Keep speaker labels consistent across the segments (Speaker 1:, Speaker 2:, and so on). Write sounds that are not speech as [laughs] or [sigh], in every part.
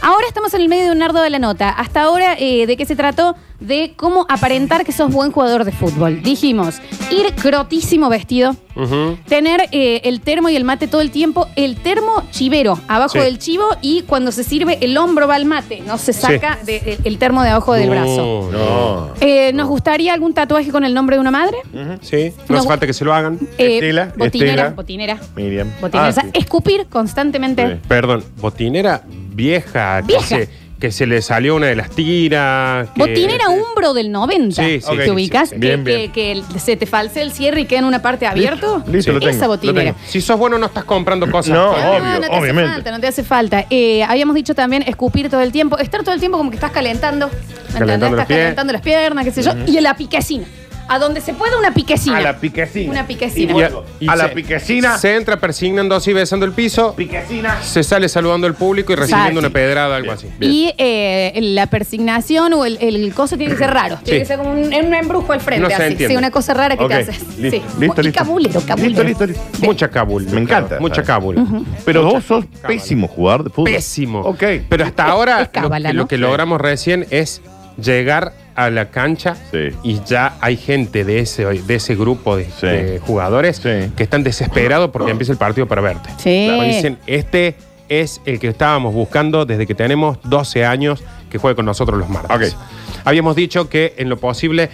Speaker 1: ahora estamos en el medio de un nardo de la nota. Hasta ahora, eh, ¿de qué se trató? De cómo aparentar que sos buen jugador de fútbol. Dijimos, ir crotísimo vestido,
Speaker 2: Ujú.
Speaker 1: tener eh, el termo y el mate todo el tiempo, el termo chivero, abajo
Speaker 2: Sí.
Speaker 1: del chivo, y cuando se sirve, el hombro va al mate, no se saca de- el, el termo de abajo del
Speaker 2: No,
Speaker 1: brazo.
Speaker 2: No.
Speaker 1: Eh, ¿Nos gustaría algún tatuaje con el nombre de una madre?
Speaker 2: Sí, no,
Speaker 1: No.
Speaker 2: hace falta que se lo hagan.
Speaker 1: Eh,
Speaker 3: Estela,
Speaker 1: botinera,
Speaker 3: Estela.
Speaker 1: botinera,
Speaker 3: Miriam.
Speaker 1: botinera.
Speaker 3: Ah,
Speaker 1: O sea,
Speaker 3: sí.
Speaker 1: escupir constantemente.
Speaker 2: Perdón, botinera vieja.
Speaker 1: Vieja.
Speaker 2: Que se, que se le salió una de las tiras. que-
Speaker 1: Botinera umbro del 90.
Speaker 2: Sí, sí,
Speaker 1: ¿Te
Speaker 2: sí,
Speaker 1: ubicas?
Speaker 3: sí, sí. Bien,
Speaker 1: que, que-
Speaker 3: bien.
Speaker 1: que el- se te false el cierre y queda en una parte abierta.
Speaker 3: Listo, lo tengo,
Speaker 1: Esa
Speaker 3: lo
Speaker 1: botinera.
Speaker 3: tengo.
Speaker 2: Si sos bueno, no estás comprando cosas.
Speaker 3: No,
Speaker 2: Todo.
Speaker 1: Ah,
Speaker 3: obvio,
Speaker 1: no te
Speaker 3: obviamente.
Speaker 1: hace falta, no te hace falta. Eh, habíamos dicho también escupir todo el tiempo, estar todo el tiempo como que estás calentando, ¿me entendés?
Speaker 2: Calentando los
Speaker 1: Estás
Speaker 2: pies.
Speaker 1: calentando las piernas, qué sé yo, y en la piquecina. A donde se pueda una piquecina.
Speaker 3: A la piquecina.
Speaker 1: Una piquecina.
Speaker 3: Y vuelvo.
Speaker 2: Y
Speaker 3: a
Speaker 2: se-
Speaker 3: la piquecina.
Speaker 2: Se entra persignando así, besando el piso.
Speaker 3: Piquecina.
Speaker 2: Se sale saludando al público y recibiendo
Speaker 1: Exacto.
Speaker 2: una pedrada o algo así.
Speaker 1: Y eh, la persignación o el, el coso tiene que ser raro. Tiene que ser como un, un embrujo al frente.
Speaker 2: No se
Speaker 1: así.
Speaker 2: entiende.
Speaker 1: Sí, una cosa rara que
Speaker 3: Ok,
Speaker 1: te haces.
Speaker 3: listo,
Speaker 1: sí.
Speaker 3: listo,
Speaker 1: Y
Speaker 3: listo.
Speaker 1: cabulero, cabulero.
Speaker 3: Listo, listo, listo.
Speaker 2: Mucha cabul.
Speaker 3: Me encanta.
Speaker 2: Mucha
Speaker 3: ¿sabes?
Speaker 2: cabul.
Speaker 3: Pero vos sos pésimo jugador de fútbol.
Speaker 2: Pésimo.
Speaker 3: Ok.
Speaker 2: Pero hasta ahora
Speaker 1: es cábala,
Speaker 2: lo, que,
Speaker 1: ¿no?
Speaker 2: lo que logramos recién es llegar a la cancha
Speaker 3: Sí.
Speaker 2: y ya hay gente de ese, de ese grupo de,
Speaker 3: Sí.
Speaker 2: de jugadores
Speaker 3: Sí.
Speaker 2: que están desesperados porque empieza el partido para verte.
Speaker 1: Sí.
Speaker 2: Claro, dicen, este es el que estábamos buscando desde que tenemos 12 años que juegue con nosotros los martes.
Speaker 3: Ok.
Speaker 2: Habíamos dicho que en lo posible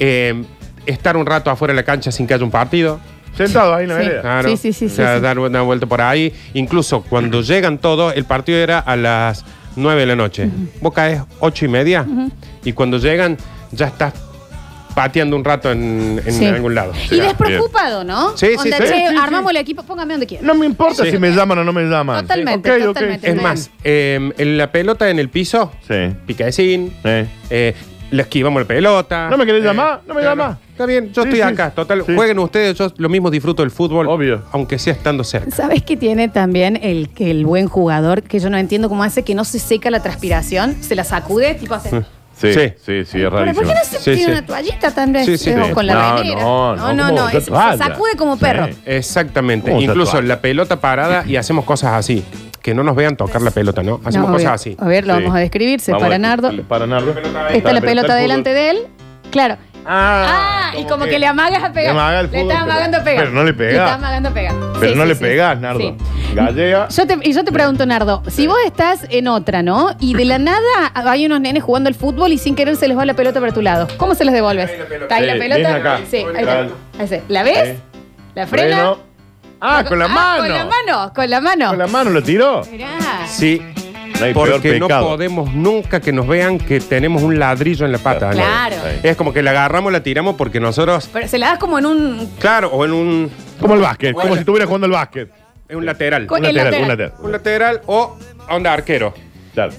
Speaker 2: eh, estar un rato afuera de la cancha sin que haya un partido.
Speaker 3: Sentado ahí en la
Speaker 1: Sí.
Speaker 3: vereda.
Speaker 2: Claro.
Speaker 1: Sí, sí, sí,
Speaker 2: O sea,
Speaker 1: sí, sí.
Speaker 2: dar una vuelta por ahí. Incluso cuando llegan todos, el partido era a las 9 de la noche. Boca es 8 y media. Y cuando llegan, ya estás pateando un rato en, en
Speaker 1: Sí.
Speaker 2: algún lado.
Speaker 1: Y despreocupado, ¿no?
Speaker 2: Sí, sí,
Speaker 1: Onda,
Speaker 2: sí,
Speaker 1: che,
Speaker 2: sí, sí.
Speaker 1: armamos el equipo, póngame donde quieras.
Speaker 3: No me importa
Speaker 2: Sí.
Speaker 3: si me llaman o no me llaman.
Speaker 1: Totalmente,
Speaker 3: Ok, ok.
Speaker 1: totalmente.
Speaker 2: Es más, eh, en la pelota en el piso,
Speaker 3: Sí.
Speaker 2: picadecín,
Speaker 3: Sí.
Speaker 2: eh, le esquivamos la pelota.
Speaker 3: No me querés
Speaker 2: Eh,
Speaker 3: llamar, no me
Speaker 2: claro.
Speaker 3: llamás.
Speaker 2: Está bien, yo
Speaker 3: Sí,
Speaker 2: estoy
Speaker 3: sí.
Speaker 2: acá. Total,
Speaker 3: Sí.
Speaker 2: jueguen ustedes, yo lo mismo disfruto del fútbol.
Speaker 3: Obvio.
Speaker 2: Aunque sea estando cerca.
Speaker 1: ¿Sabes qué tiene también el, que el buen jugador? Que yo no entiendo cómo hace que no se seca la transpiración, se la sacude, tipo hace.
Speaker 3: Sí,
Speaker 2: Sí.
Speaker 3: sí, sí, es
Speaker 1: ¿Pero
Speaker 3: Mm, rarísimo.
Speaker 1: por qué no se
Speaker 2: Sí,
Speaker 1: tiene
Speaker 2: sí.
Speaker 1: una toallita también?
Speaker 2: Sí, sí, sí.
Speaker 1: con la
Speaker 3: No,
Speaker 1: remera?
Speaker 3: no, no,
Speaker 1: no,
Speaker 3: ¿cómo
Speaker 1: no,
Speaker 3: va a ser
Speaker 1: es- se
Speaker 3: toalla?
Speaker 1: sacude como
Speaker 3: Sí.
Speaker 1: perro.
Speaker 2: Exactamente.
Speaker 3: ¿Cómo se
Speaker 2: Incluso
Speaker 3: tatuaje?
Speaker 2: la pelota parada y hacemos cosas así. Que no nos vean tocar la pelota, ¿no? Hacemos
Speaker 1: No, obvio.
Speaker 2: cosas así.
Speaker 1: A ver, lo
Speaker 3: Sí.
Speaker 1: vamos a describir. Se
Speaker 3: Vamos
Speaker 1: para
Speaker 3: a-
Speaker 1: Nardo.
Speaker 3: Para Nardo.
Speaker 1: Está la pelota delante de él. Claro.
Speaker 3: Ah,
Speaker 1: Ah, y como que le amagas a pegar.
Speaker 3: Le amaga el
Speaker 1: Le
Speaker 3: fútbol,
Speaker 1: estás
Speaker 3: pero-
Speaker 1: amagando a pegar.
Speaker 3: pero no le pega.
Speaker 1: Le estás amagando a pegar.
Speaker 3: Pero
Speaker 1: Sí,
Speaker 3: no
Speaker 1: sí,
Speaker 3: le
Speaker 1: sí.
Speaker 3: pegas, Nardo.
Speaker 1: Sí.
Speaker 3: Gallega.
Speaker 1: Yo te- y yo te pregunto, Nardo, si vos estás en otra, ¿no? Y de la nada hay unos nenes jugando al fútbol y sin querer se les va la pelota para tu lado. ¿Cómo se las devuelves? ¿Está ahí la
Speaker 3: Sí,
Speaker 1: pelota?
Speaker 3: viene acá.
Speaker 1: Sí, ahí está.
Speaker 3: Claro.
Speaker 1: Ahí está. ¿La ves?
Speaker 3: Sí.
Speaker 1: ¿La frena?
Speaker 3: Freno. Ah, con la mano.
Speaker 1: Con la mano, con la mano.
Speaker 3: Con la mano lo tiró.
Speaker 1: Mirá.
Speaker 2: Sí.
Speaker 3: No hay
Speaker 2: Porque
Speaker 3: peor
Speaker 2: no
Speaker 3: pecado.
Speaker 2: podemos nunca que nos vean que tenemos un ladrillo en la pata. ¿no?
Speaker 1: Claro.
Speaker 2: Es como que la agarramos, la tiramos porque nosotros.
Speaker 1: Pero se la das como en un.
Speaker 2: Claro, o en un,
Speaker 3: Como el básquet, como si estuviera jugando al básquet.
Speaker 2: en un lateral.
Speaker 1: Con-
Speaker 3: Un
Speaker 1: el
Speaker 3: lateral,
Speaker 1: lateral.
Speaker 3: un lateral.
Speaker 2: Un lateral o a onda arquero.
Speaker 3: Claro.
Speaker 1: Sí.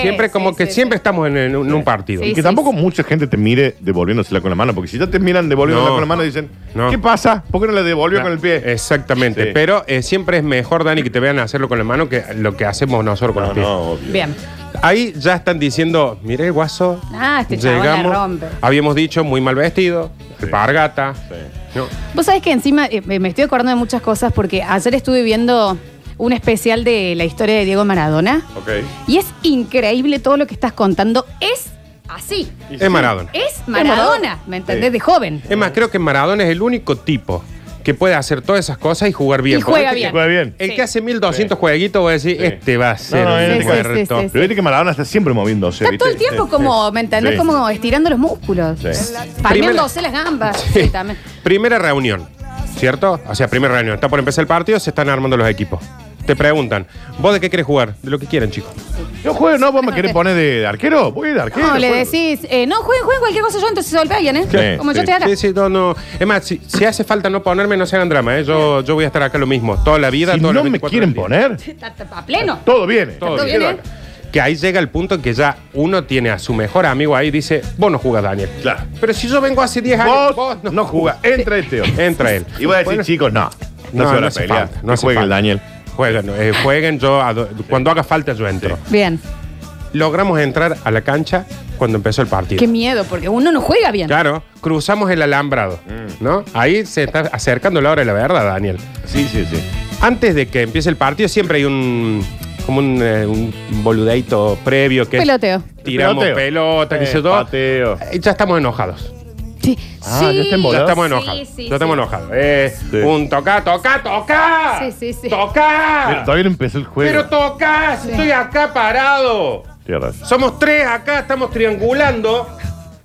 Speaker 2: siempre como
Speaker 1: sí,
Speaker 2: que
Speaker 1: sí,
Speaker 2: siempre
Speaker 1: sí.
Speaker 2: estamos en, en un, en un partido.
Speaker 3: Y
Speaker 1: Sí.
Speaker 3: que tampoco mucha gente te mire devolviéndosela con la mano, porque si ya te miran devolviéndola
Speaker 2: No.
Speaker 3: con la mano, dicen,
Speaker 2: No.
Speaker 3: ¿qué pasa? ¿Por qué no la devolvió con el pie?
Speaker 2: Exactamente.
Speaker 3: Sí.
Speaker 2: Pero eh, siempre es mejor, Dani, que te vean hacerlo con la mano que lo que hacemos nosotros con los pies.
Speaker 3: obvio.
Speaker 1: Bien.
Speaker 2: Ahí ya están diciendo, mire el guaso.
Speaker 1: Ah, este chabón la rompe.
Speaker 2: Habíamos dicho muy mal vestido, alpargata. No,
Speaker 1: Vos sabés que encima eh, me estoy acordando de muchas cosas porque ayer estuve viendo un especial de la historia de Diego Maradona
Speaker 3: Ok.
Speaker 1: y es increíble todo lo que estás contando. Es así.
Speaker 2: Es Maradona.
Speaker 1: Es Maradona, ¿me entendés? De joven.
Speaker 2: Es más, creo que Maradona es el único tipo que puede hacer todas esas cosas y jugar bien.
Speaker 1: Y juega
Speaker 2: Porque
Speaker 1: bien.
Speaker 3: Que juega bien.
Speaker 2: El
Speaker 1: Sí.
Speaker 2: que hace 1200 jueguitos, voy a decir,
Speaker 3: Sí.
Speaker 2: este va a ser
Speaker 3: no,
Speaker 2: un
Speaker 3: él no
Speaker 1: cree.
Speaker 3: te
Speaker 1: Sí,
Speaker 2: muerto.
Speaker 1: sí, sí,
Speaker 3: Pero viste que Maradona está siempre moviéndose.
Speaker 1: Está
Speaker 3: ¿viste?
Speaker 1: todo el tiempo
Speaker 3: Sí,
Speaker 1: como,
Speaker 3: sí.
Speaker 1: ¿me entendés?
Speaker 3: Sí.
Speaker 1: Como estirando los músculos.
Speaker 3: Sí.
Speaker 1: Palmeándose las gambas. Ah, Sí, también.
Speaker 2: Primera reunión, ¿cierto? O sea, primera reunión. Está por empezar el partido, se están armando los equipos. Te preguntan, ¿vos de qué querés jugar? De lo que quieran, chicos.
Speaker 3: Yo juego, no, vos me querés poner de arquero. Voy de arquero.
Speaker 1: No, le
Speaker 3: juego.
Speaker 1: decís, eh, no, jueguen, jueguen cualquier cosa yo, entonces se golpean, ¿eh?
Speaker 3: Sí,
Speaker 1: Como yo
Speaker 3: sí.
Speaker 1: te haga.
Speaker 2: Sí, sí, no, no. Es más, si, si hace falta no ponerme, no se hagan drama, ¿eh? Yo, yo voy a estar acá lo mismo, toda la vida.
Speaker 3: Si
Speaker 2: todas las
Speaker 3: no me
Speaker 2: 24 del
Speaker 3: quieren
Speaker 2: día.
Speaker 3: poner,
Speaker 1: Está- está A pleno.
Speaker 3: todo viene.
Speaker 2: Todo
Speaker 1: ¿Todo
Speaker 2: bien.
Speaker 1: bien, eh?
Speaker 2: Que ahí llega el punto en que ya uno tiene a su mejor amigo ahí y dice, vos no jugás, Daniel.
Speaker 3: Claro.
Speaker 2: Pero si yo vengo hace 10 años,
Speaker 3: Vos,
Speaker 2: vos
Speaker 3: no jugás. Entra este hombre.
Speaker 2: Entra él.
Speaker 3: Y voy a decir,
Speaker 2: Bueno,
Speaker 3: chicos, no. No, se van a
Speaker 2: hace
Speaker 3: pelear.
Speaker 2: falta,
Speaker 3: No
Speaker 2: hace
Speaker 3: juega el
Speaker 2: falta.
Speaker 3: Daniel.
Speaker 2: Jueguen, eh, jueguen, yo ado- cuando haga falta yo entro.
Speaker 1: Bien.
Speaker 2: Logramos entrar a la cancha cuando empezó el partido.
Speaker 1: Qué miedo, porque uno no juega bien.
Speaker 2: Claro, cruzamos el alambrado,
Speaker 3: Mm.
Speaker 2: ¿no? Ahí se está acercando la hora de la verdad, Daniel.
Speaker 3: Sí, sí, sí.
Speaker 2: Antes de que empiece el partido siempre hay un como un, eh, un boludeito previo que
Speaker 1: Peloteo.
Speaker 2: tiramos
Speaker 3: Peloteo.
Speaker 2: pelota, que
Speaker 3: Eh,
Speaker 2: se yo.
Speaker 3: pateo.
Speaker 2: Eh, Ya estamos enojados.
Speaker 1: Sí.
Speaker 3: Ah, ya está en bola.
Speaker 2: Ya
Speaker 3: ¿Hola?
Speaker 2: estamos
Speaker 4: Sí,
Speaker 2: enojados.
Speaker 4: sí,
Speaker 2: ya estamos
Speaker 4: sí.
Speaker 2: enojados. Eh,
Speaker 3: Sí.
Speaker 2: Un toca, toca, toca.
Speaker 1: Sí, sí, sí.
Speaker 3: Pero
Speaker 2: Toca.
Speaker 3: todavía no empezó el juego.
Speaker 2: Ah. Pero toca, si
Speaker 1: Sí.
Speaker 2: estoy acá parado.
Speaker 3: Tienes razón.
Speaker 2: Somos tres acá, estamos triangulando.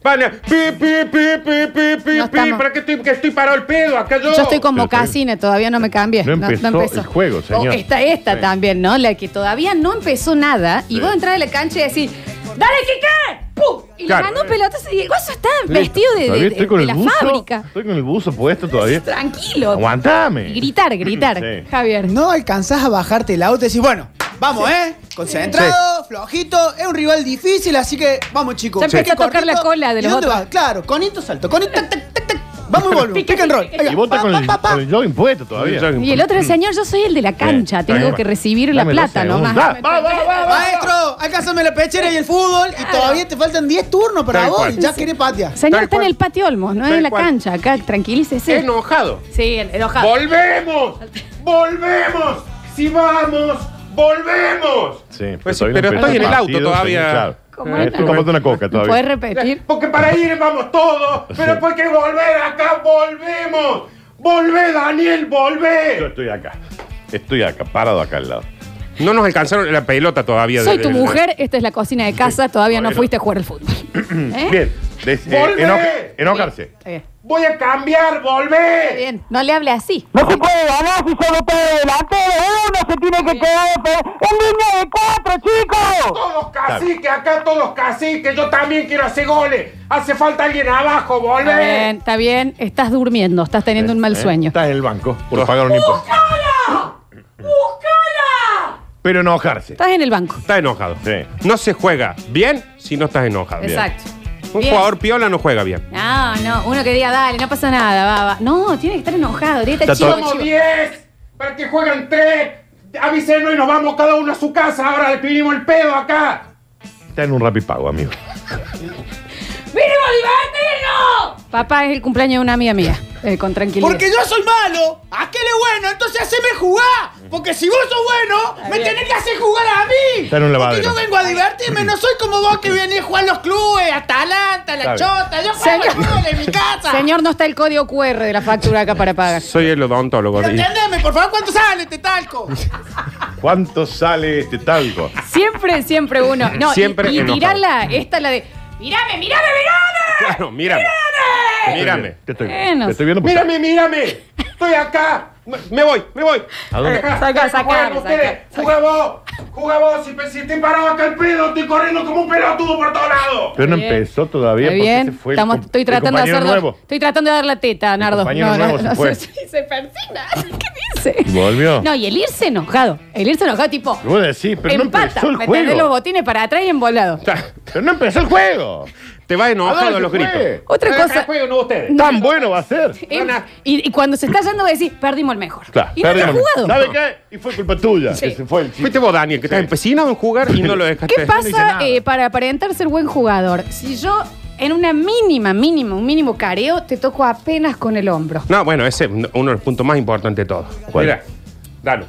Speaker 2: Van a. Pi, pi, pi, pi, pi, pi,
Speaker 1: No
Speaker 2: pi.
Speaker 1: estamos.
Speaker 2: ¿Para qué estoy, que estoy parado el pedo? Acá yo.
Speaker 1: Yo estoy como
Speaker 3: Pero todavía-
Speaker 1: casine, todavía no me cambié.
Speaker 3: No empezó el juego, señor.
Speaker 1: O esta, esta también, ¿no? La que todavía no empezó nada. Y
Speaker 3: Sí.
Speaker 1: vos entras a la cancha y decís, ¡Dale, Kike! ¡Pum! Y
Speaker 2: Claro.
Speaker 1: le mandó pelotas y vos está
Speaker 3: Listo.
Speaker 1: vestido de, de-
Speaker 3: Todavía estoy
Speaker 1: de-
Speaker 3: con
Speaker 1: de
Speaker 3: el
Speaker 1: la
Speaker 3: buzo,
Speaker 1: fábrica.
Speaker 3: Estoy con el buzo puesto todavía.
Speaker 1: Tranquilo.
Speaker 3: Aguantame.
Speaker 1: Y gritar, gritar.
Speaker 3: Sí.
Speaker 1: Javier.
Speaker 5: [laughs] No alcanzás a bajarte el auto y decís, bueno, vamos, ¿eh? Concentrado, flojito, es un rival difícil, así que vamos, chicos.
Speaker 1: Ya empezó
Speaker 5: Pique
Speaker 1: a tocar
Speaker 5: cortito,
Speaker 1: la cola de
Speaker 5: ¿y
Speaker 1: los
Speaker 5: dónde
Speaker 1: otros.
Speaker 5: vas? Claro, conito salto, conito, tac, tac, tac, tac. Vamos y volvemos, pick and roll. Ahí va,
Speaker 3: Y vos estás
Speaker 5: pa,
Speaker 3: con el,
Speaker 5: pa, pa, pa.
Speaker 3: con el jogging puesto todavía.
Speaker 1: Y el otro señor, yo soy el de la cancha,
Speaker 3: está
Speaker 1: tengo
Speaker 3: bien.
Speaker 1: que recibir la
Speaker 3: Dame dos
Speaker 1: plata
Speaker 3: segundos.
Speaker 1: nomás.
Speaker 3: Da, va, va, va, va.
Speaker 5: Maestro, alcánzame la pechera y el fútbol y todavía te faltan 10 turnos para
Speaker 2: Tal
Speaker 5: vos.
Speaker 2: cual.
Speaker 5: y Ya querés patear.
Speaker 1: Señor,
Speaker 2: Tal
Speaker 1: está en
Speaker 2: cual.
Speaker 1: el patio Olmos, no es
Speaker 2: Tal
Speaker 1: en la
Speaker 2: cual.
Speaker 1: cancha. Acá, tranquilícese.
Speaker 2: Enojado.
Speaker 1: Sí, enojado.
Speaker 2: ¡Volvemos! ¡Volvemos! ¡Si vamos! ¡Volvemos!
Speaker 3: Sí, pero,
Speaker 2: Pues sí,
Speaker 3: todavía no
Speaker 2: pero
Speaker 3: empezó
Speaker 2: estoy en el auto
Speaker 3: partido,
Speaker 2: todavía.
Speaker 3: sí,
Speaker 1: ¿Cómo
Speaker 3: claro. Eh,
Speaker 1: era?
Speaker 3: Estoy tomando una coca todavía.
Speaker 1: ¿Puedes repetir?
Speaker 2: Porque para ir vamos todos, pero
Speaker 3: Sí.
Speaker 2: después que volver acá, volvemos. Volvé, Daniel,
Speaker 3: Yo
Speaker 2: volvé.
Speaker 3: estoy acá. Estoy acá, parado acá al lado.
Speaker 2: No nos alcanzaron la pelota todavía.
Speaker 1: Soy
Speaker 2: de-
Speaker 1: tu
Speaker 2: de-
Speaker 1: mujer, esta es la cocina de casa, todavía no
Speaker 3: todavía no.
Speaker 1: fuiste a jugar al fútbol. ¿Eh?
Speaker 3: Bien. des- eh,
Speaker 2: ¡Volvé!
Speaker 3: enoja- enojarse.
Speaker 1: Está bien.
Speaker 2: Voy a cambiar, volvé.
Speaker 1: Bien, no le hable así.
Speaker 6: No se puede ganar si solo puede delantero. Uno se tiene que quedar de pe- en línea de cuatro, chicos.
Speaker 2: Todos caciques, acá todos caciques. Yo también quiero hacer goles. Hace falta alguien abajo,
Speaker 1: Está
Speaker 2: volvé.
Speaker 1: bien, está bien, estás durmiendo, estás teniendo un mal
Speaker 3: Eh,
Speaker 1: sueño.
Speaker 3: Estás en el banco por pagar un impuesto. Pero enojarse.
Speaker 1: Estás en el banco.
Speaker 2: Está enojado.
Speaker 3: Sí.
Speaker 2: No se juega bien si no estás enojado.
Speaker 1: Exacto.
Speaker 2: Un
Speaker 1: Bien.
Speaker 2: jugador piola no juega bien.
Speaker 1: No, no, uno que diga, dale, no pasa nada, va, va. No, tiene que estar enojado, tiene que estar
Speaker 3: Está
Speaker 1: chivo,
Speaker 3: todo-
Speaker 2: Somos
Speaker 1: chivo.
Speaker 2: 10 para que juegan 3. Avísenos y nos vamos cada uno a su casa. Ahora le pedimos el pedo acá.
Speaker 3: Está en un rap pago, amigo.
Speaker 1: Papá es el cumpleaños de una amiga mía, eh, con tranquilidad.
Speaker 5: Porque yo soy malo, aquel es bueno, entonces haceme jugar. Porque si vos sos bueno, me tenés que hacer jugar a mí.
Speaker 3: Está en un
Speaker 5: Porque
Speaker 3: lavadero.
Speaker 5: yo vengo a divertirme, no soy como vos que venís a jugar a los clubes, Atalanta,
Speaker 3: Está
Speaker 5: La
Speaker 3: bien.
Speaker 5: Chota. Yo juego
Speaker 1: Señor-
Speaker 5: al fútbol en mi casa.
Speaker 1: Señor, no está el código QR de la factura acá para pagar.
Speaker 2: Soy el odontólogo.
Speaker 5: Pero entendeme, por favor, ¿cuánto sale este talco?
Speaker 3: ¿Cuánto sale este talco?
Speaker 1: Siempre, siempre uno. No, y-
Speaker 2: Siempre
Speaker 1: y,
Speaker 2: enojado.
Speaker 1: tirarla, esta la de. ¡Mírame, mírame, mírame!
Speaker 2: Claro, mírame. Mírame.
Speaker 3: Te estoy,
Speaker 1: Bueno.
Speaker 3: te estoy viendo. pues, porque-
Speaker 2: Mírame, mírame. Estoy acá. Me- Me voy, me voy.
Speaker 3: ¿A dónde?
Speaker 2: Acá,
Speaker 1: Saca,
Speaker 2: acá,
Speaker 1: saca,
Speaker 2: juegan
Speaker 1: saca,
Speaker 2: ustedes. Juega vos. Juega vos. Si, si estoy parado acá el pedo, estoy corriendo como un pelotudo por todos lados.
Speaker 3: Pero no
Speaker 1: Bien.
Speaker 3: empezó todavía.
Speaker 1: Está
Speaker 3: porque
Speaker 1: bien.
Speaker 3: se fue el
Speaker 1: Estamos-
Speaker 3: com-
Speaker 1: estoy
Speaker 3: el
Speaker 1: tratando de
Speaker 3: compañero
Speaker 1: hacer.
Speaker 3: nuevo.
Speaker 1: Estoy tratando de dar la teta, Nardo.
Speaker 3: compañero nuevo se fue.
Speaker 1: sé si [laughs] se persina. [laughs] ¿Qué dice?
Speaker 3: ¿Y volvió?
Speaker 1: No, y el irse enojado. El irse enojado, tipo.
Speaker 3: Y vos decís, pero no
Speaker 1: empata.
Speaker 3: empezó el
Speaker 1: me tendés los
Speaker 3: juego.
Speaker 1: botines para atrás y embolado.
Speaker 3: Pero no empezó el juego.
Speaker 2: Te va enojado
Speaker 3: ¿A dónde
Speaker 2: los
Speaker 3: fue?
Speaker 2: gritos.
Speaker 1: Otra
Speaker 2: Acá
Speaker 1: cosa-
Speaker 2: juegan ustedes.
Speaker 1: No.
Speaker 3: Tan bueno va a ser.
Speaker 1: Eh, Y, y cuando se está yendo, decís, perdimos el mejor.
Speaker 3: Claro,
Speaker 1: y no lo has
Speaker 3: perdimos.
Speaker 1: jugado.
Speaker 3: ¿Sabe qué? Y fue culpa tuya.
Speaker 1: Sí.
Speaker 3: Ese fue el chiste.
Speaker 2: Fuiste vos, Daniel, que estás
Speaker 3: Sí.
Speaker 2: empecinado en jugar y no lo dejaste.
Speaker 1: ¿Qué
Speaker 3: dice nada.
Speaker 1: pasa eh, para aparentar ser buen jugador? Si yo en una mínima, mínima, un mínimo careo, te toco apenas con el hombro.
Speaker 2: No, bueno, ese es uno de los puntos más importantes de todo.
Speaker 3: ¿Cuál?
Speaker 2: Mira, Dano,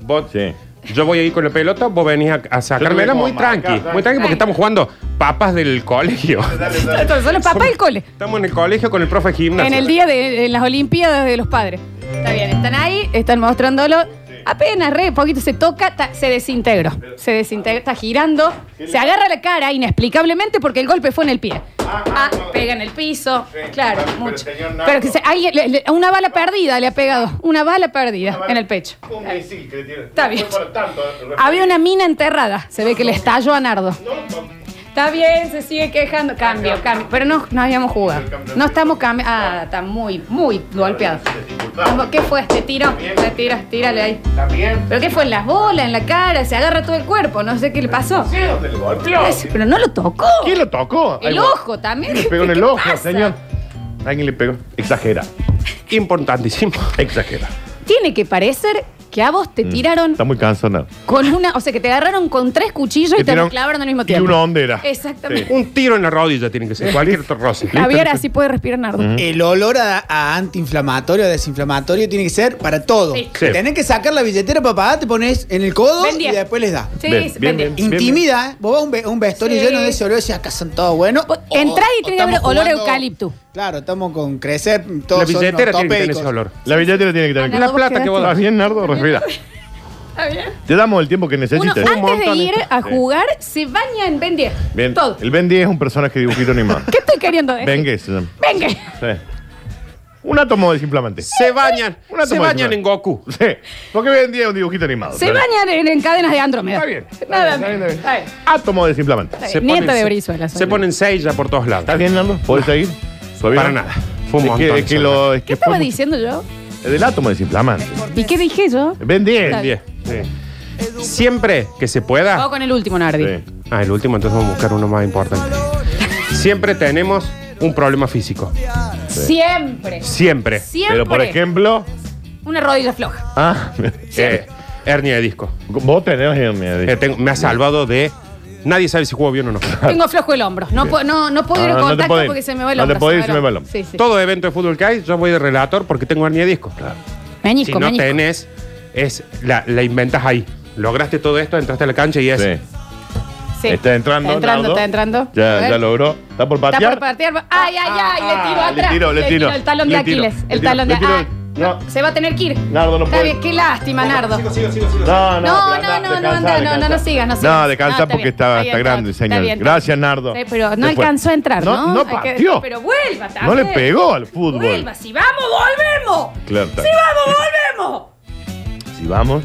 Speaker 2: vos-
Speaker 3: Sí.
Speaker 2: yo voy a ir con la pelota, vos venís a, a
Speaker 3: Yo te
Speaker 2: sacármela
Speaker 3: voy
Speaker 2: muy
Speaker 3: como marcar,
Speaker 2: tranqui, muy tranqui porque estamos jugando papas del colegio. [laughs]
Speaker 1: Son los papás del cole.
Speaker 2: Estamos en el colegio con el profe de gimnasio.
Speaker 1: En el día de en las Olimpiadas de los padres. Está bien, están ahí, están mostrándolo. Apenas re poquito se toca, ta- se desintegró. Se desintegra, está girando, se agarra la cara inexplicablemente porque el golpe fue en el pie. Ah, pega en el piso. Claro,
Speaker 3: pero
Speaker 1: mucho.
Speaker 3: señor Nardo.
Speaker 1: Pero que se- ahí le- le- una bala perdida le ha pegado. Una bala perdida en el pecho.
Speaker 3: Un misil que le tiene.
Speaker 1: Está bien.
Speaker 3: eh,
Speaker 1: Había una mina enterrada. Se ve que le estalló a Nardo. Está bien, se sigue quejando. Cambio, cambio. Pero no, no habíamos jugado. No estamos cambiando. Ah, está muy, muy golpeado. Vamos, ¿Qué fue este tiro? Te tiras, tírale ahí. ¿Pero qué fue? ¿En las bolas? ¿En la cara? Se agarra todo el cuerpo. No sé qué le pasó. Es- Pero no lo tocó.
Speaker 3: ¿Quién lo tocó?
Speaker 1: El
Speaker 3: Ahí va.
Speaker 1: ojo también.
Speaker 3: Le pegó en
Speaker 1: ¿Qué
Speaker 3: el ojo,
Speaker 1: pasa?
Speaker 3: señor. Alguien le pegó. Exagera.
Speaker 2: Importantísimo.
Speaker 3: Exagera.
Speaker 1: Tiene que parecer Que a vos
Speaker 3: Mm.
Speaker 1: te tiraron
Speaker 3: Está muy cansada.
Speaker 1: con una. O sea, que te agarraron con tres cuchillos y
Speaker 3: Que
Speaker 1: te
Speaker 3: tiraron-
Speaker 1: clavaron al mismo
Speaker 3: y
Speaker 1: tiempo.
Speaker 3: una hondera.
Speaker 1: Exactamente.
Speaker 2: Un tiro en la rodilla tiene que ser, cualquier roce.
Speaker 1: Javier así puede respirar Nardo.
Speaker 5: El olor a, a antiinflamatorio, a desinflamatorio tiene que ser para todo.
Speaker 1: Sí.
Speaker 2: Sí.
Speaker 5: Tenés que sacar la billetera para pagar, te pones en el codo
Speaker 1: Ven diez.
Speaker 5: y después les da.
Speaker 1: Sí,
Speaker 3: Bien,
Speaker 1: sí,
Speaker 3: bien,
Speaker 1: vende.
Speaker 3: bien.
Speaker 5: Intimida, ¿eh? Vos vas a un, ve- un vestuario
Speaker 1: Sí.
Speaker 5: lleno de ese olor y decís, acá son todos buenos.
Speaker 1: Vos
Speaker 5: O-
Speaker 1: entrás y
Speaker 5: o
Speaker 1: tiene que haber
Speaker 5: estamos
Speaker 1: olor a
Speaker 5: jugando-
Speaker 1: eucalipto.
Speaker 5: Claro, estamos con crecer, todos
Speaker 2: La
Speaker 5: son
Speaker 2: billetera tiene que tener
Speaker 5: ortopédicos.
Speaker 2: ese olor.
Speaker 3: La billetera tiene que tener
Speaker 1: Ana,
Speaker 3: que...
Speaker 2: La
Speaker 1: vos
Speaker 2: plata que vos
Speaker 3: ¿Estás
Speaker 2: das.
Speaker 3: bien, Nardo? Respira.
Speaker 1: ¿Está bien?
Speaker 3: Te damos el tiempo que
Speaker 1: Uno,
Speaker 3: necesitas.
Speaker 1: antes de ir a
Speaker 3: Sí.
Speaker 1: jugar, se baña en Ben 10.
Speaker 3: Bien.
Speaker 1: Todo.
Speaker 3: El Ben 10 es un personaje de dibujito animado.
Speaker 1: [laughs] ¿Qué eh. estoy queriendo decir?
Speaker 3: Bengue se llama.
Speaker 1: Venga.
Speaker 3: Sí. Un átomo desinflamante.
Speaker 2: Se bañan,
Speaker 3: Una
Speaker 2: se
Speaker 3: toma de
Speaker 2: bañan
Speaker 3: final.
Speaker 2: en Goku.
Speaker 3: Sí. Porque Ben 10 es un dibujito animado.
Speaker 1: Se
Speaker 3: Pero-
Speaker 1: bañan en, en cadenas de Andrómeda.
Speaker 3: Está bien.
Speaker 1: Nada
Speaker 3: Está bien,
Speaker 1: más.
Speaker 3: está bien.
Speaker 1: Está
Speaker 3: Átomo desinflamante.
Speaker 1: bien.
Speaker 2: Se
Speaker 1: Nieta
Speaker 2: ponen-
Speaker 1: de Brizuela. soy
Speaker 2: Se
Speaker 1: yo.
Speaker 2: ponen seis ya por todos lados.
Speaker 3: ¿Estás bien, Nardo? ¿Podés seguir? ¿Todavía
Speaker 2: Para
Speaker 3: no?
Speaker 2: nada. Fue un
Speaker 3: Es que-
Speaker 2: montón,
Speaker 3: es que
Speaker 2: Sandra.
Speaker 3: lo- es que
Speaker 1: ¿Qué
Speaker 3: fue
Speaker 1: estaba
Speaker 3: mucho-
Speaker 1: diciendo yo?
Speaker 3: Es del átomo desinflamante.
Speaker 1: ¿Y qué dije yo?
Speaker 3: Ben 10.
Speaker 1: Está bien.
Speaker 2: Sí. Siempre que se pueda.
Speaker 1: Vamos con el último, Nardi.
Speaker 3: Sí.
Speaker 2: Ah, el último, entonces vamos a buscar uno más importante. Siempre tenemos un problema físico.
Speaker 1: Siempre.
Speaker 2: Siempre.
Speaker 1: Siempre.
Speaker 3: Pero por ejemplo.
Speaker 1: Una rodilla floja.
Speaker 3: Ah, [laughs]
Speaker 2: Eh, hernia de disco.
Speaker 3: vos tenés hernia de
Speaker 2: Eh, tengo- me ha salvado de. Nadie sabe si juego bien o no.
Speaker 1: Tengo flojo el hombro. No, puedo- no, no puedo ir
Speaker 3: Ah,
Speaker 1: a
Speaker 3: no te
Speaker 1: contacto
Speaker 3: podés.
Speaker 1: porque se me va el
Speaker 3: No te
Speaker 1: hombro.
Speaker 3: podés,
Speaker 1: se me va el hombro. Sí, sí.
Speaker 2: Todo evento de fútbol que hay, yo voy de relator porque tengo hernia de disco.
Speaker 1: Meñisco,
Speaker 2: si no
Speaker 1: meñisco.
Speaker 2: tenés, es, la, la inventas ahí. Lograste todo esto, entraste a la cancha y es.
Speaker 3: Sí.
Speaker 1: Sí.
Speaker 3: Está entrando.
Speaker 1: Está entrando,
Speaker 3: Nardo.
Speaker 1: está entrando. A
Speaker 3: Ya,
Speaker 1: ver.
Speaker 3: ya logró. Está por
Speaker 1: Está
Speaker 3: patear.
Speaker 1: por patear. Ay, ay, ay, le tiro
Speaker 3: Ah, le
Speaker 1: atrás.
Speaker 3: tiro, le tiro,
Speaker 1: El talón de
Speaker 3: le tiro,
Speaker 1: Aquiles.
Speaker 3: le
Speaker 1: El
Speaker 3: tiro,
Speaker 1: talón de
Speaker 3: le tiro.
Speaker 1: Aquiles.
Speaker 3: No.
Speaker 1: Se va a tener que ir.
Speaker 3: Nardo, no
Speaker 1: Está
Speaker 3: puede.
Speaker 1: bien, qué lástima, Nardo.
Speaker 3: No,
Speaker 1: No,
Speaker 3: no, pero
Speaker 1: no, no,
Speaker 3: anda,
Speaker 1: no,
Speaker 3: descansa,
Speaker 1: anda, no, no,
Speaker 3: descansa.
Speaker 1: no sigas, no sigas.
Speaker 3: No, descansa
Speaker 1: No, está
Speaker 3: porque
Speaker 1: bien,
Speaker 3: está,
Speaker 1: está
Speaker 3: está
Speaker 1: bien,
Speaker 3: grande,
Speaker 1: está
Speaker 3: señor.
Speaker 1: bien, está bien.
Speaker 3: Gracias, Nardo.
Speaker 1: Sí, pero
Speaker 3: Se
Speaker 1: no
Speaker 3: fue.
Speaker 1: alcanzó a entrar, ¿no?
Speaker 3: No, no
Speaker 1: Hay que-
Speaker 3: partió.
Speaker 1: pero vuelva también.
Speaker 3: No le pegó al fútbol.
Speaker 1: Vuelva, si vamos, volvemos.
Speaker 3: Claro, está
Speaker 1: si
Speaker 3: bien.
Speaker 1: vamos, volvemos.
Speaker 3: Si vamos.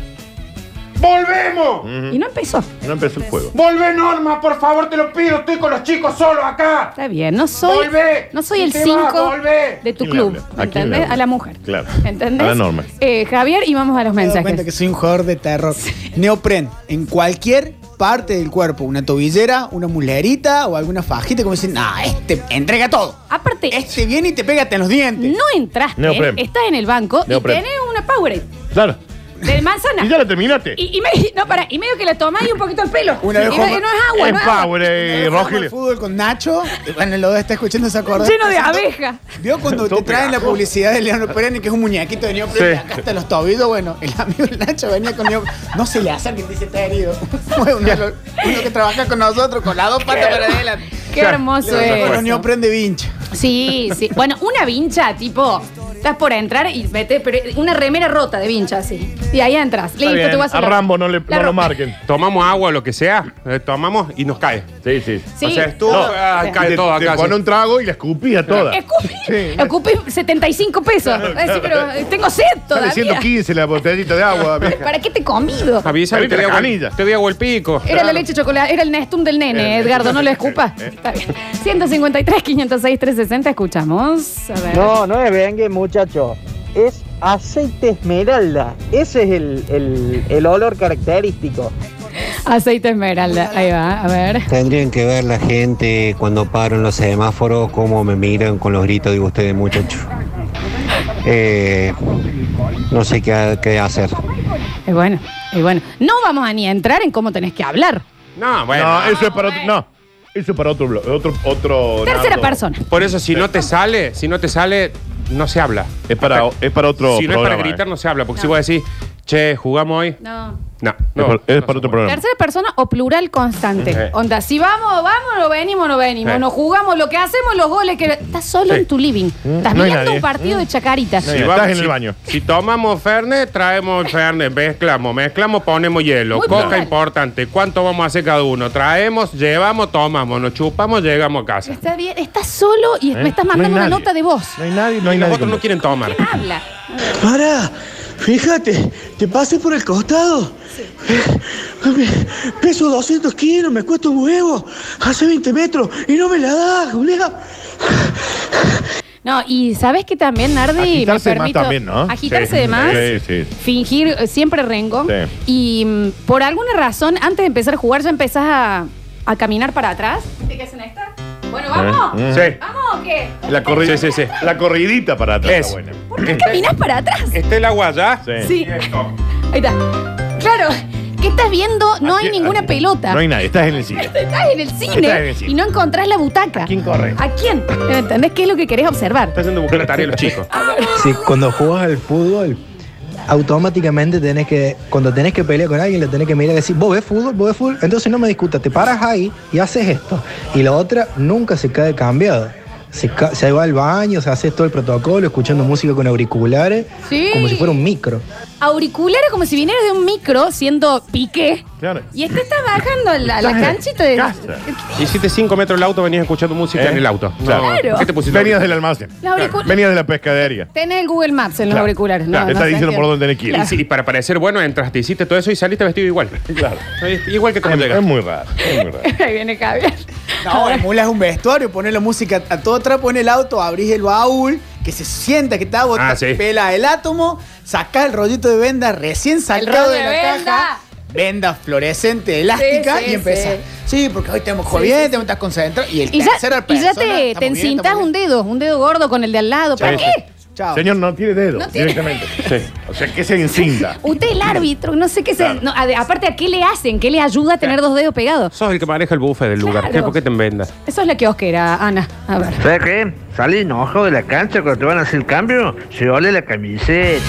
Speaker 2: ¡Volvemos!
Speaker 3: Mm.
Speaker 1: Y no empezó.
Speaker 3: No empezó el juego.
Speaker 2: ¡Volve, Norma! Por favor, te lo pido. Estoy con los chicos solo acá.
Speaker 1: Está bien, no soy.
Speaker 2: Volvé.
Speaker 1: No soy
Speaker 2: Si
Speaker 1: el
Speaker 2: te vas,
Speaker 1: 5
Speaker 2: volvé.
Speaker 1: de tu
Speaker 3: ¿Quién le
Speaker 1: club.
Speaker 3: habla? ¿A
Speaker 1: ¿me
Speaker 3: quién le
Speaker 1: ¿Entendés?
Speaker 3: habla?
Speaker 1: A la mujer.
Speaker 3: Claro.
Speaker 1: ¿Entendés?
Speaker 3: A la norma.
Speaker 1: Eh, Javier, y vamos a los
Speaker 5: Me he dado
Speaker 1: mensajes.
Speaker 5: cuenta que soy un jugador de terror. Neopren, en cualquier parte del cuerpo, una tobillera, una mulerita o alguna fajita, como dicen, nah, este entrega todo.
Speaker 1: Aparte,
Speaker 5: Este viene y te pega hasta en los dientes.
Speaker 1: no entraste, eh,
Speaker 3: Neopren.
Speaker 1: estás en el banco
Speaker 3: Neopren.
Speaker 1: y tenés una Powerade
Speaker 3: Claro.
Speaker 1: de manzana.
Speaker 3: Y ya la terminaste.
Speaker 1: Y, y me- no, para, y medio que le tomás y un poquito el pelo.
Speaker 5: Una vez
Speaker 1: y, no,
Speaker 5: Juanma-
Speaker 1: y no es agua,
Speaker 3: Es
Speaker 1: no es agua.
Speaker 3: Power, eh,
Speaker 5: Yo juego al
Speaker 3: Rogelio.
Speaker 5: fútbol con Nacho. Bueno, lo está escuchando, ¿se acordó?
Speaker 1: Lleno de abeja.
Speaker 5: Vio cuando te
Speaker 3: Todo
Speaker 5: traen la
Speaker 3: pegajoso.
Speaker 5: publicidad de Leonardo Pérez, que es un muñequito de neopreno,
Speaker 3: Sí.
Speaker 5: y acá hasta los tobillos. Bueno, el amigo de Nacho venía con neopreno. No se le acerquen, dice, está herido. [laughs] Fue uno, de los- uno que trabaja con nosotros, con las dos patas para adelante.
Speaker 1: Qué hermoso
Speaker 5: Le dejó
Speaker 1: es.
Speaker 5: con los neopren de vincha.
Speaker 1: Sí, sí. Bueno, una vincha, tipo, estás por entrar y vete, pero una remera rota de vincha, así. Y ahí entras. Listo,
Speaker 3: bien.
Speaker 1: tú vas a
Speaker 3: A
Speaker 1: la-
Speaker 3: Rambo no le-
Speaker 1: la
Speaker 3: no lo
Speaker 1: ro-
Speaker 3: marquen.
Speaker 2: Tomamos agua, lo que sea, eh, tomamos y nos cae.
Speaker 3: Sí, sí.
Speaker 1: Sí.
Speaker 2: O sea, estuvo.
Speaker 1: No.
Speaker 2: ah,
Speaker 1: Sí.
Speaker 2: cae
Speaker 3: Te,
Speaker 2: todo
Speaker 3: te
Speaker 2: acá.
Speaker 3: pone
Speaker 2: sí.
Speaker 3: un trago y la escupía toda.
Speaker 1: Escupí,
Speaker 3: Sí.
Speaker 1: escupí 75 pesos. Ay, sí, pero eh, tengo sed
Speaker 3: Sale
Speaker 1: todavía.
Speaker 3: 115 la botellita de agua. vieja.
Speaker 1: ¿Para qué te he comido?
Speaker 2: Avísame,
Speaker 3: Abrite
Speaker 2: te
Speaker 3: la
Speaker 2: voy a
Speaker 3: canilla.
Speaker 2: te doy agua el pico.
Speaker 1: Era la leche chocolate, era el Nestum del nene, Edgardo, no lo escupas.
Speaker 3: Eh.
Speaker 1: Está bien. 153, 506, 360, escuchamos. A ver.
Speaker 4: No, no es bengue, muchacho. Es aceite esmeralda. Ese es el, el- el olor característico.
Speaker 1: Aceite esmeralda, ahí va, a ver.
Speaker 7: Tendrían que ver la gente cuando paro en los semáforos cómo me miran con los gritos de ustedes, muchachos. Eh, no sé qué, ha- qué hacer.
Speaker 1: Es bueno, es bueno. No vamos a ni entrar en cómo tenés que hablar.
Speaker 2: No, bueno.
Speaker 3: No, eso es para otro. No. Eso es para otro blog. Otro, otro
Speaker 1: Tercera
Speaker 3: Nardo.
Speaker 1: persona.
Speaker 2: Por eso, si no te sale, si no te sale, no se habla.
Speaker 3: Es para, es para otro
Speaker 2: si no es
Speaker 3: programa.
Speaker 2: para gritar,
Speaker 3: eh.
Speaker 2: no se habla. Porque
Speaker 1: No.
Speaker 2: si vos decís, che, jugamos hoy.
Speaker 1: No.
Speaker 2: No,
Speaker 3: Es
Speaker 2: no.
Speaker 3: para- es
Speaker 2: no
Speaker 3: para
Speaker 2: se
Speaker 3: otro
Speaker 2: puede.
Speaker 3: programa.
Speaker 1: Tercera persona o plural constante.
Speaker 3: Eh.
Speaker 2: Sí.
Speaker 1: Onda, si vamos, vamos, no venimos, no venimos.
Speaker 2: Sí.
Speaker 1: No jugamos lo que hacemos, los goles que. Estás solo
Speaker 2: Sí.
Speaker 1: en tu living. Estás
Speaker 3: Mm. no hay
Speaker 1: mirando
Speaker 3: nadie. Mm.
Speaker 1: un partido de chacaritas.
Speaker 3: No hay Sí, nadie.
Speaker 2: vamos-
Speaker 3: estás en
Speaker 2: si-
Speaker 3: el baño.
Speaker 2: Si tomamos Fernet, traemos el Fernet, mezclamos, mezclamos, ponemos hielo.
Speaker 1: Muy
Speaker 2: Coca
Speaker 1: plural.
Speaker 2: importante. ¿Cuánto vamos a hacer cada uno? Traemos, llevamos, tomamos, nos chupamos, llegamos a casa.
Speaker 1: Está bien, estás solo y
Speaker 3: ¿Eh?
Speaker 1: me estás
Speaker 3: No hay
Speaker 1: mandando una
Speaker 3: nadie.
Speaker 1: nota de voz.
Speaker 3: No hay nadie, no
Speaker 2: Y los
Speaker 3: hay nadie.
Speaker 2: otros
Speaker 3: como-
Speaker 2: no quieren tomar.
Speaker 1: Habla.
Speaker 8: Pará, fíjate, te pasé por el costado. Eh, Peso 200 kilos, me cuesta un huevo, hace 20 metros y no me la das, Julia.
Speaker 1: No, y sabes que también, Nardi,
Speaker 3: Agitarse
Speaker 1: me
Speaker 3: de más
Speaker 1: permito
Speaker 3: también, ¿no?
Speaker 1: agitarse
Speaker 3: Sí.
Speaker 1: de más,
Speaker 3: Sí, sí.
Speaker 1: fingir eh, siempre rengo.
Speaker 3: Sí.
Speaker 1: Y mm, por alguna razón, antes de empezar a jugar, ya empezás a, a caminar para atrás. ¿Viste qué hacen esta? Bueno, vamos.
Speaker 3: Mm.
Speaker 2: Sí.
Speaker 1: ¿Vamos o qué?
Speaker 3: La corrida,
Speaker 2: Sí, sí, sí.
Speaker 3: La corridita para atrás.
Speaker 2: Es.
Speaker 3: está buena.
Speaker 1: ¿Por qué caminás para atrás?
Speaker 2: Está el agua allá.
Speaker 1: Sí.
Speaker 2: Esto.
Speaker 1: Ahí está. Claro, ¿qué estás viendo? No
Speaker 3: Aquí-
Speaker 1: hay ninguna
Speaker 3: aquí-
Speaker 1: pelota.
Speaker 3: No hay nadie, estás en el sitio.
Speaker 1: Estás en el cine
Speaker 3: Estás en el cine.
Speaker 1: y no encontrás la butaca.
Speaker 3: ¿A quién corre?
Speaker 1: ¿A quién? ¿Me ¿Entendés qué es lo que querés observar?
Speaker 2: Está haciendo buscar la tarea a los chicos.
Speaker 9: Si cuando jugás al fútbol, automáticamente tenés que, cuando tenés que pelear con alguien, le tenés que mirar y decir, vos ves fútbol, vos ves fútbol, entonces no me discutas, te paras ahí y haces esto. Y la otra nunca se cae cambiado. Se, ca- se va al baño, se hace todo el protocolo, escuchando música con auriculares,
Speaker 1: Sí.
Speaker 9: como si fuera un micro.
Speaker 1: Auriculares como si vinieras de un micro siendo piqué.
Speaker 3: Claro.
Speaker 1: Y este está bajando a la, a la
Speaker 3: Estás en
Speaker 1: canchita de.
Speaker 3: casa.
Speaker 2: Hiciste 5 metros el auto, venías escuchando música
Speaker 3: ¿Eh?
Speaker 2: en el auto. Pues No.
Speaker 1: Claro.
Speaker 2: ¿Qué te pusiste?
Speaker 3: Venías del almacén.
Speaker 1: La auricula-
Speaker 3: Venías de la pescadería.
Speaker 1: Tenés el Google Maps en los
Speaker 3: Claro,
Speaker 1: auriculares. No,
Speaker 3: claro,
Speaker 1: no
Speaker 3: está
Speaker 1: se
Speaker 3: diciendo por
Speaker 1: entiende.
Speaker 3: dónde tenés que ir.
Speaker 2: Y, si- y para parecer bueno, entraste, hiciste todo eso y saliste vestido igual.
Speaker 3: Claro.
Speaker 2: Igual que como
Speaker 3: Es, es
Speaker 2: llegaste.
Speaker 3: muy raro. Es muy raro.
Speaker 1: [laughs] Ahí viene Javier.
Speaker 5: No, emulas un vestuario, pones la música a todo trapo en el auto, abrís el baúl, que se sienta que está botando,
Speaker 2: Ah, sí.
Speaker 5: pela el átomo, sacás el rollito de venda recién
Speaker 1: rollo
Speaker 5: sacado de
Speaker 1: de
Speaker 5: la
Speaker 1: venda.
Speaker 5: caja, venda fluorescente, elástica,
Speaker 1: Sí, sí,
Speaker 5: y empezás.
Speaker 1: sí.
Speaker 5: Sí. porque hoy tenemos jodido,
Speaker 1: sí, sí.
Speaker 5: tenemos que estar concentrados. Y el
Speaker 1: Y ya,
Speaker 5: tercero
Speaker 1: y ya te, te encintas un dedo, un dedo gordo con el de al lado. ¿Para
Speaker 3: Sí,
Speaker 1: qué?
Speaker 5: Chao.
Speaker 3: Señor, no tiene dedo
Speaker 1: No tiene-
Speaker 3: directamente. O sea, que se encinta.
Speaker 1: Usted es el árbitro, no sé qué se.
Speaker 3: Claro.
Speaker 1: no, ade- aparte, ¿a qué le hacen? ¿Qué le ayuda a tener dos dedos pegados?
Speaker 2: Sos el que maneja el buffet del lugar.
Speaker 1: Claro.
Speaker 2: ¿Qué? ¿Por qué te vendas?
Speaker 1: Eso es la kiosquera, Ana. A ver.
Speaker 10: ¿Sabes qué? Sale enojo de la cancha cuando te van a hacer el cambio, se ole la camiseta,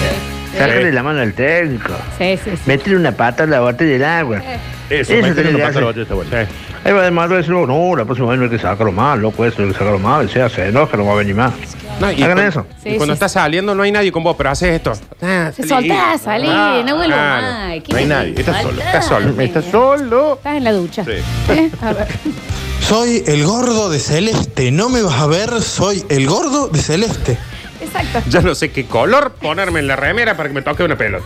Speaker 10: sácale la mano al técnico,
Speaker 1: Sí, sí, sí.
Speaker 10: métele una pata a la botella del agua.
Speaker 3: Eso,
Speaker 10: Eso
Speaker 3: me
Speaker 10: tenés
Speaker 3: una
Speaker 10: que
Speaker 3: pata
Speaker 10: hacer.
Speaker 3: la botella, está bueno.
Speaker 10: Ahí va además a decir, "Oh, no, la próxima vez no hay que sacarlo más, loco, eso no hay que sacarlo más, y sea, se enoja, no va a venir más.
Speaker 2: No,
Speaker 10: Hagan
Speaker 2: cu-
Speaker 10: eso.
Speaker 2: y
Speaker 1: Sí,
Speaker 2: cuando
Speaker 1: sí,
Speaker 2: estás saliendo no hay nadie con vos, pero haces esto. Ah,
Speaker 1: Se
Speaker 2: salí.
Speaker 1: soltá, salí,
Speaker 2: Ah,
Speaker 1: no vuelvo
Speaker 2: claro.
Speaker 1: más. ¿Qué
Speaker 3: No hay
Speaker 1: es?
Speaker 3: nadie, estás solo.
Speaker 2: Estás solo.
Speaker 3: Está solo.
Speaker 1: Estás en la ducha.
Speaker 3: Sí.
Speaker 1: [laughs] ¿Eh? A ver.
Speaker 9: Soy el gordo de celeste, no me vas a ver, soy el gordo de celeste.
Speaker 1: Exacto.
Speaker 2: Ya no sé qué color ponerme en la remera para que me toque una pelota.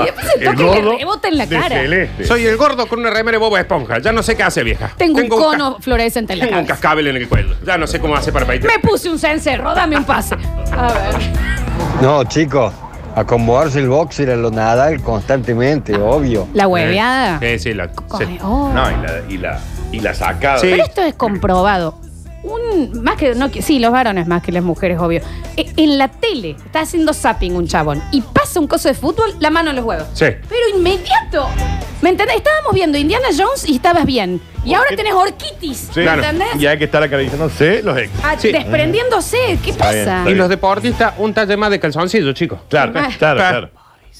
Speaker 1: Y después se toca y le rebota en la
Speaker 3: de
Speaker 1: cara.
Speaker 3: celeste.
Speaker 2: Soy el gordo con una remera de boba esponja. Ya no sé qué hace, vieja.
Speaker 1: Tengo, un
Speaker 2: ca-
Speaker 1: cono fluorescente en la
Speaker 2: Tengo un
Speaker 1: cabeza.
Speaker 2: cascabel en el cuello. Ya no sé cómo hace para bailar.
Speaker 1: Me puse un cencerro, dame un pase. A ver.
Speaker 7: No, chicos, acomodarse el boxer a lo Nadal constantemente, obvio.
Speaker 1: La hueveada.
Speaker 2: Sí, sí, la.
Speaker 1: Coge-
Speaker 2: sí.
Speaker 1: oh.
Speaker 3: No, y la, y la, y la sacada.
Speaker 2: Sí.
Speaker 1: Pero esto es comprobado. Un, más que, no, que- sí, los varones más que las mujeres, obvio. E- en la tele está haciendo zapping un chabón y pasa un coso de fútbol, la mano en los huevos.
Speaker 2: Sí.
Speaker 1: Pero inmediato. ¿Me entendés? Estábamos viendo Indiana Jones y estabas bien. Y ahora
Speaker 3: qué?
Speaker 1: tenés orquitis.
Speaker 3: Sí,
Speaker 1: ¿Me
Speaker 3: claro.
Speaker 1: entendés?
Speaker 3: Y hay que estar acá diciendo, sé los ex.
Speaker 1: Ah, Desprendiéndose. ¿Qué
Speaker 3: Está bien,
Speaker 1: pasa?
Speaker 3: está
Speaker 2: Y
Speaker 3: bien.
Speaker 2: los deportistas, un talle más de calzoncillo, chicos.
Speaker 3: Claro,
Speaker 1: Ah.
Speaker 3: claro, claro.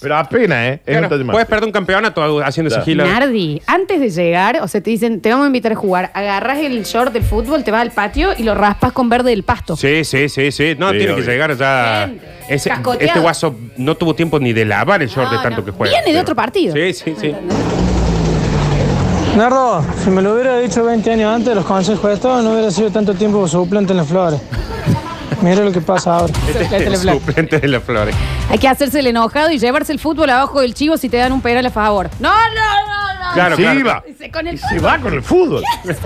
Speaker 3: Pero apenas, ¿eh? Es un
Speaker 2: Claro,
Speaker 3: talle más.
Speaker 2: puedes perder un campeonato haciendo ese
Speaker 3: Claro.
Speaker 2: gila.
Speaker 1: Nardi, antes de llegar, o sea, te dicen, te vamos a invitar a jugar, agarras el short del fútbol, te vas al patio y lo raspas con verde del pasto.
Speaker 2: Sí, sí, sí, sí. No,
Speaker 3: Sí,
Speaker 2: tiene que
Speaker 3: obvio.
Speaker 2: llegar ya.
Speaker 1: Bien.
Speaker 2: Ese-
Speaker 1: Cascoteado.
Speaker 2: este guaso no tuvo tiempo ni de lavar el short
Speaker 1: No,
Speaker 2: de tanto
Speaker 1: no.
Speaker 2: que juega.
Speaker 1: Viene de otro partido.
Speaker 2: Sí, sí, sí.
Speaker 9: Nardo, si me lo hubiera dicho 20 años antes, los consejos estos no hubiera sido tanto tiempo suplente en las flores. Mira lo que pasa ahora.
Speaker 1: Suplente
Speaker 2: Este El
Speaker 1: este de Flores.
Speaker 2: suplente de las flores.
Speaker 1: Hay que hacerse el enojado y llevarse el fútbol abajo del chivo si te dan un penal a favor. No, no, no, no.
Speaker 2: Claro,
Speaker 3: sí,
Speaker 2: claro.
Speaker 3: va.
Speaker 1: Se- Con el
Speaker 3: Y se va con el fútbol.
Speaker 1: Tenemos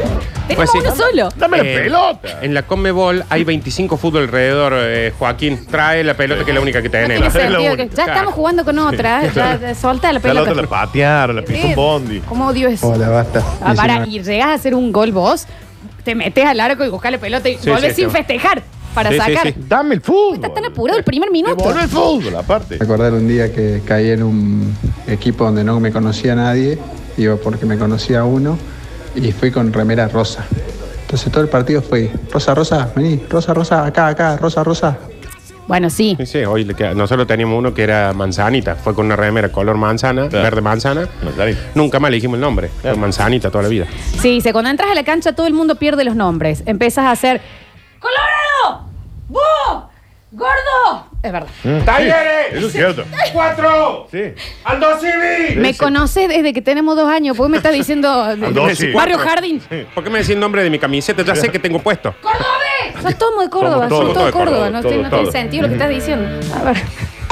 Speaker 2: Pues sí.
Speaker 1: uno solo.
Speaker 3: Dame la
Speaker 2: Eh,
Speaker 3: pelota.
Speaker 2: En la Comebol hay 25 fútbol alrededor, eh, Joaquín. Trae la pelota que es la única que
Speaker 1: No
Speaker 2: tenés.
Speaker 1: tiene
Speaker 3: es la
Speaker 1: sentido que-
Speaker 3: única.
Speaker 1: ya
Speaker 2: Claro.
Speaker 1: estamos jugando con otra. ya, ya, solta la
Speaker 3: Ya la otra la
Speaker 1: pelota.
Speaker 3: patearon, la pisó un bondi.
Speaker 1: ¿Cómo odio eso?
Speaker 9: Hola, basta.
Speaker 1: Ah, para, y llegás a hacer un gol vos, te metes al arco y buscas la pelota y
Speaker 2: Sí,
Speaker 1: volvés
Speaker 2: sí,
Speaker 1: sin
Speaker 2: sí.
Speaker 1: festejar para
Speaker 2: Sí, sí,
Speaker 1: sacar.
Speaker 2: sí.
Speaker 3: Dame el fútbol.
Speaker 1: Está tan apurado el primer minuto.
Speaker 3: Devolve el fútbol, aparte.
Speaker 9: Recordar un día que caí en un equipo donde no me conocía nadie, iba porque me conocía uno, y fui con remera rosa. Entonces todo el partido fue, rosa, rosa, vení, rosa, rosa, acá, acá, rosa, rosa.
Speaker 1: Bueno, sí.
Speaker 2: Sí, sí, hoy le queda- nosotros teníamos uno que era manzanita. Fue con una remera color manzana,
Speaker 3: Claro.
Speaker 2: verde manzana.
Speaker 3: Manzanita.
Speaker 2: Nunca más le dijimos el nombre. Fue
Speaker 3: Claro.
Speaker 2: Manzanita toda la vida.
Speaker 1: Sí, dice, cuando entras a la cancha todo el mundo pierde los nombres. Empiezas a hacer ¡Colorado! ¡Vos! ¡Gordo! Es verdad.
Speaker 2: ¡Talleres!
Speaker 3: Mm. Eso es cierto.
Speaker 2: ¡Cuatro!
Speaker 3: Sí.
Speaker 2: ¡Aldo Civi!
Speaker 1: Me conoces desde que tenemos dos años. ¿Por qué me estás
Speaker 3: [laughs]
Speaker 1: diciendo de-
Speaker 3: Ah, Dos y
Speaker 1: Barrio
Speaker 2: cuatro.
Speaker 1: Jardín?
Speaker 2: ¿Por qué me decís el nombre de mi camiseta? Ya sé que tengo puesto.
Speaker 1: ¡Cordobés! Eh, Sos todos de Córdoba, son
Speaker 3: Somos todos,
Speaker 1: todos de
Speaker 3: todos de
Speaker 1: Córdoba.
Speaker 3: Córdoba,
Speaker 1: No,
Speaker 3: todos,
Speaker 1: tiene- no tiene
Speaker 3: todos.
Speaker 1: sentido lo que estás diciendo. A ver. [laughs]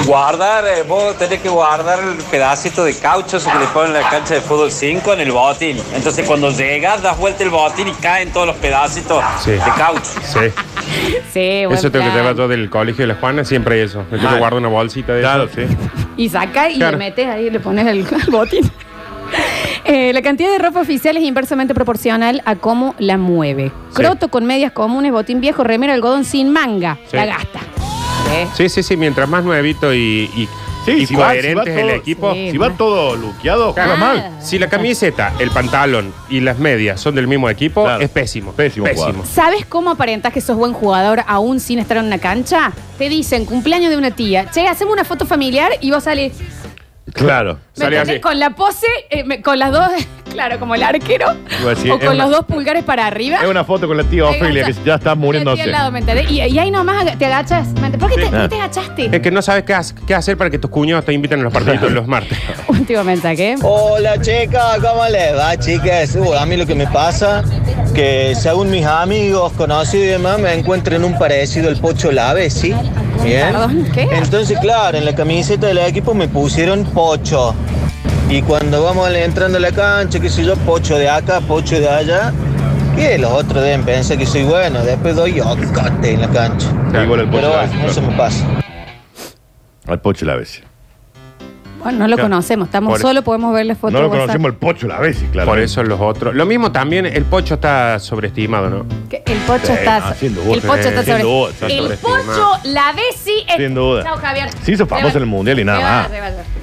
Speaker 11: Guardar, eh, vos tenés que guardar el pedacito de caucho que le ponen en la cancha de fútbol 5 en el botín. Entonces cuando llegas das vuelta el botín y caen todos los pedacitos
Speaker 2: Sí.
Speaker 11: de caucho.
Speaker 2: Sí.
Speaker 1: Sí, buen
Speaker 2: Eso tengo que
Speaker 1: plan.
Speaker 2: llevar yo del colegio de la Juana, siempre eso. Yo
Speaker 3: Mal.
Speaker 2: te guardo una bolsita de
Speaker 3: Claro,
Speaker 2: eso.
Speaker 3: sí.
Speaker 1: Y saca y
Speaker 2: Claro.
Speaker 1: le metes ahí, le pones el, [laughs] el botín. Eh, la cantidad de ropa oficial es inversamente proporcional a cómo la mueve. Croto con medias comunes, botín viejo, remera, algodón sin manga.
Speaker 2: Sí.
Speaker 1: La gasta.
Speaker 2: Sí, sí, sí. Mientras más nuevito y, y Sí,
Speaker 3: y
Speaker 2: si va- si
Speaker 3: coherente
Speaker 2: va
Speaker 3: es el
Speaker 2: todo-
Speaker 3: equipo.
Speaker 2: Sí, Ah.
Speaker 3: si va
Speaker 2: bueno.
Speaker 3: todo luqueado,
Speaker 2: Claro.
Speaker 3: juega mal.
Speaker 2: Si la camiseta, el pantalón y las medias son del mismo equipo, es pésimo. Pésimo.
Speaker 1: ¿Sabes cómo aparentas que sos buen jugador aún sin estar en una cancha? Te dicen, cumpleaños de una tía, che, hacemos una foto familiar y vos salís,
Speaker 3: Claro.
Speaker 1: ¿me entendés? con la pose, eh, me- con las dos, [laughs] claro, como el arquero,
Speaker 3: Iba a decir,
Speaker 1: o
Speaker 3: es
Speaker 1: con
Speaker 3: una-
Speaker 1: los dos pulgares para arriba.
Speaker 3: Es una foto con la tía Ofelia que ya está
Speaker 1: Estoy
Speaker 3: muriéndose.
Speaker 1: al lado, ¿me entendés? Y, y ahí nomás aga- te agachas. ¿me entendés? ¿Por qué
Speaker 2: Sí.
Speaker 1: te,
Speaker 2: Ah.
Speaker 1: te agachaste?
Speaker 2: Es que no sabes qué, has- qué hacer para que tus cuñados te inviten a los [laughs] partidos los martes.
Speaker 1: Último
Speaker 3: ¿Eh?
Speaker 1: mensaje.
Speaker 12: Hola chicas, ¿cómo les va chicas? Uh, a mí lo que me pasa, que según mis amigos, conocidos y demás, me encuentro en un parecido al Pocho Lave, ¿sí? Bien.
Speaker 1: Perdón, ¿qué?
Speaker 12: Entonces, claro, en la camiseta del equipo me pusieron Pocho. Y cuando vamos al- entrando a la cancha, qué sé yo, Pocho de acá, Pocho de allá, que los otros deben pensar que soy bueno, después doy ocote en la cancha.
Speaker 3: Igual el Pocho
Speaker 12: Pero
Speaker 3: Lave,
Speaker 12: bueno,
Speaker 3: claro.
Speaker 12: eso me pasa.
Speaker 3: Al Pocho la vez.
Speaker 1: Bueno, no lo
Speaker 2: Claro.
Speaker 1: conocemos, estamos
Speaker 2: Por-
Speaker 1: solo, podemos ver la foto. de WhatsApp.
Speaker 3: el Pocho la vez, claro.
Speaker 2: Por eso los otros. Lo mismo también, el Pocho está sobreestimado, ¿no?
Speaker 1: Que El pocho
Speaker 2: Sí,
Speaker 1: está.
Speaker 2: haciendo
Speaker 1: el
Speaker 2: voz,
Speaker 1: pocho
Speaker 2: eh,
Speaker 1: está sobre.
Speaker 2: haciendo voz, está
Speaker 1: el
Speaker 2: sobreestimado.
Speaker 1: pocho, la Bessi.
Speaker 3: Sin duda.
Speaker 1: Chao, Javier.
Speaker 3: Se hizo famoso en el mundial y nada más.
Speaker 1: más.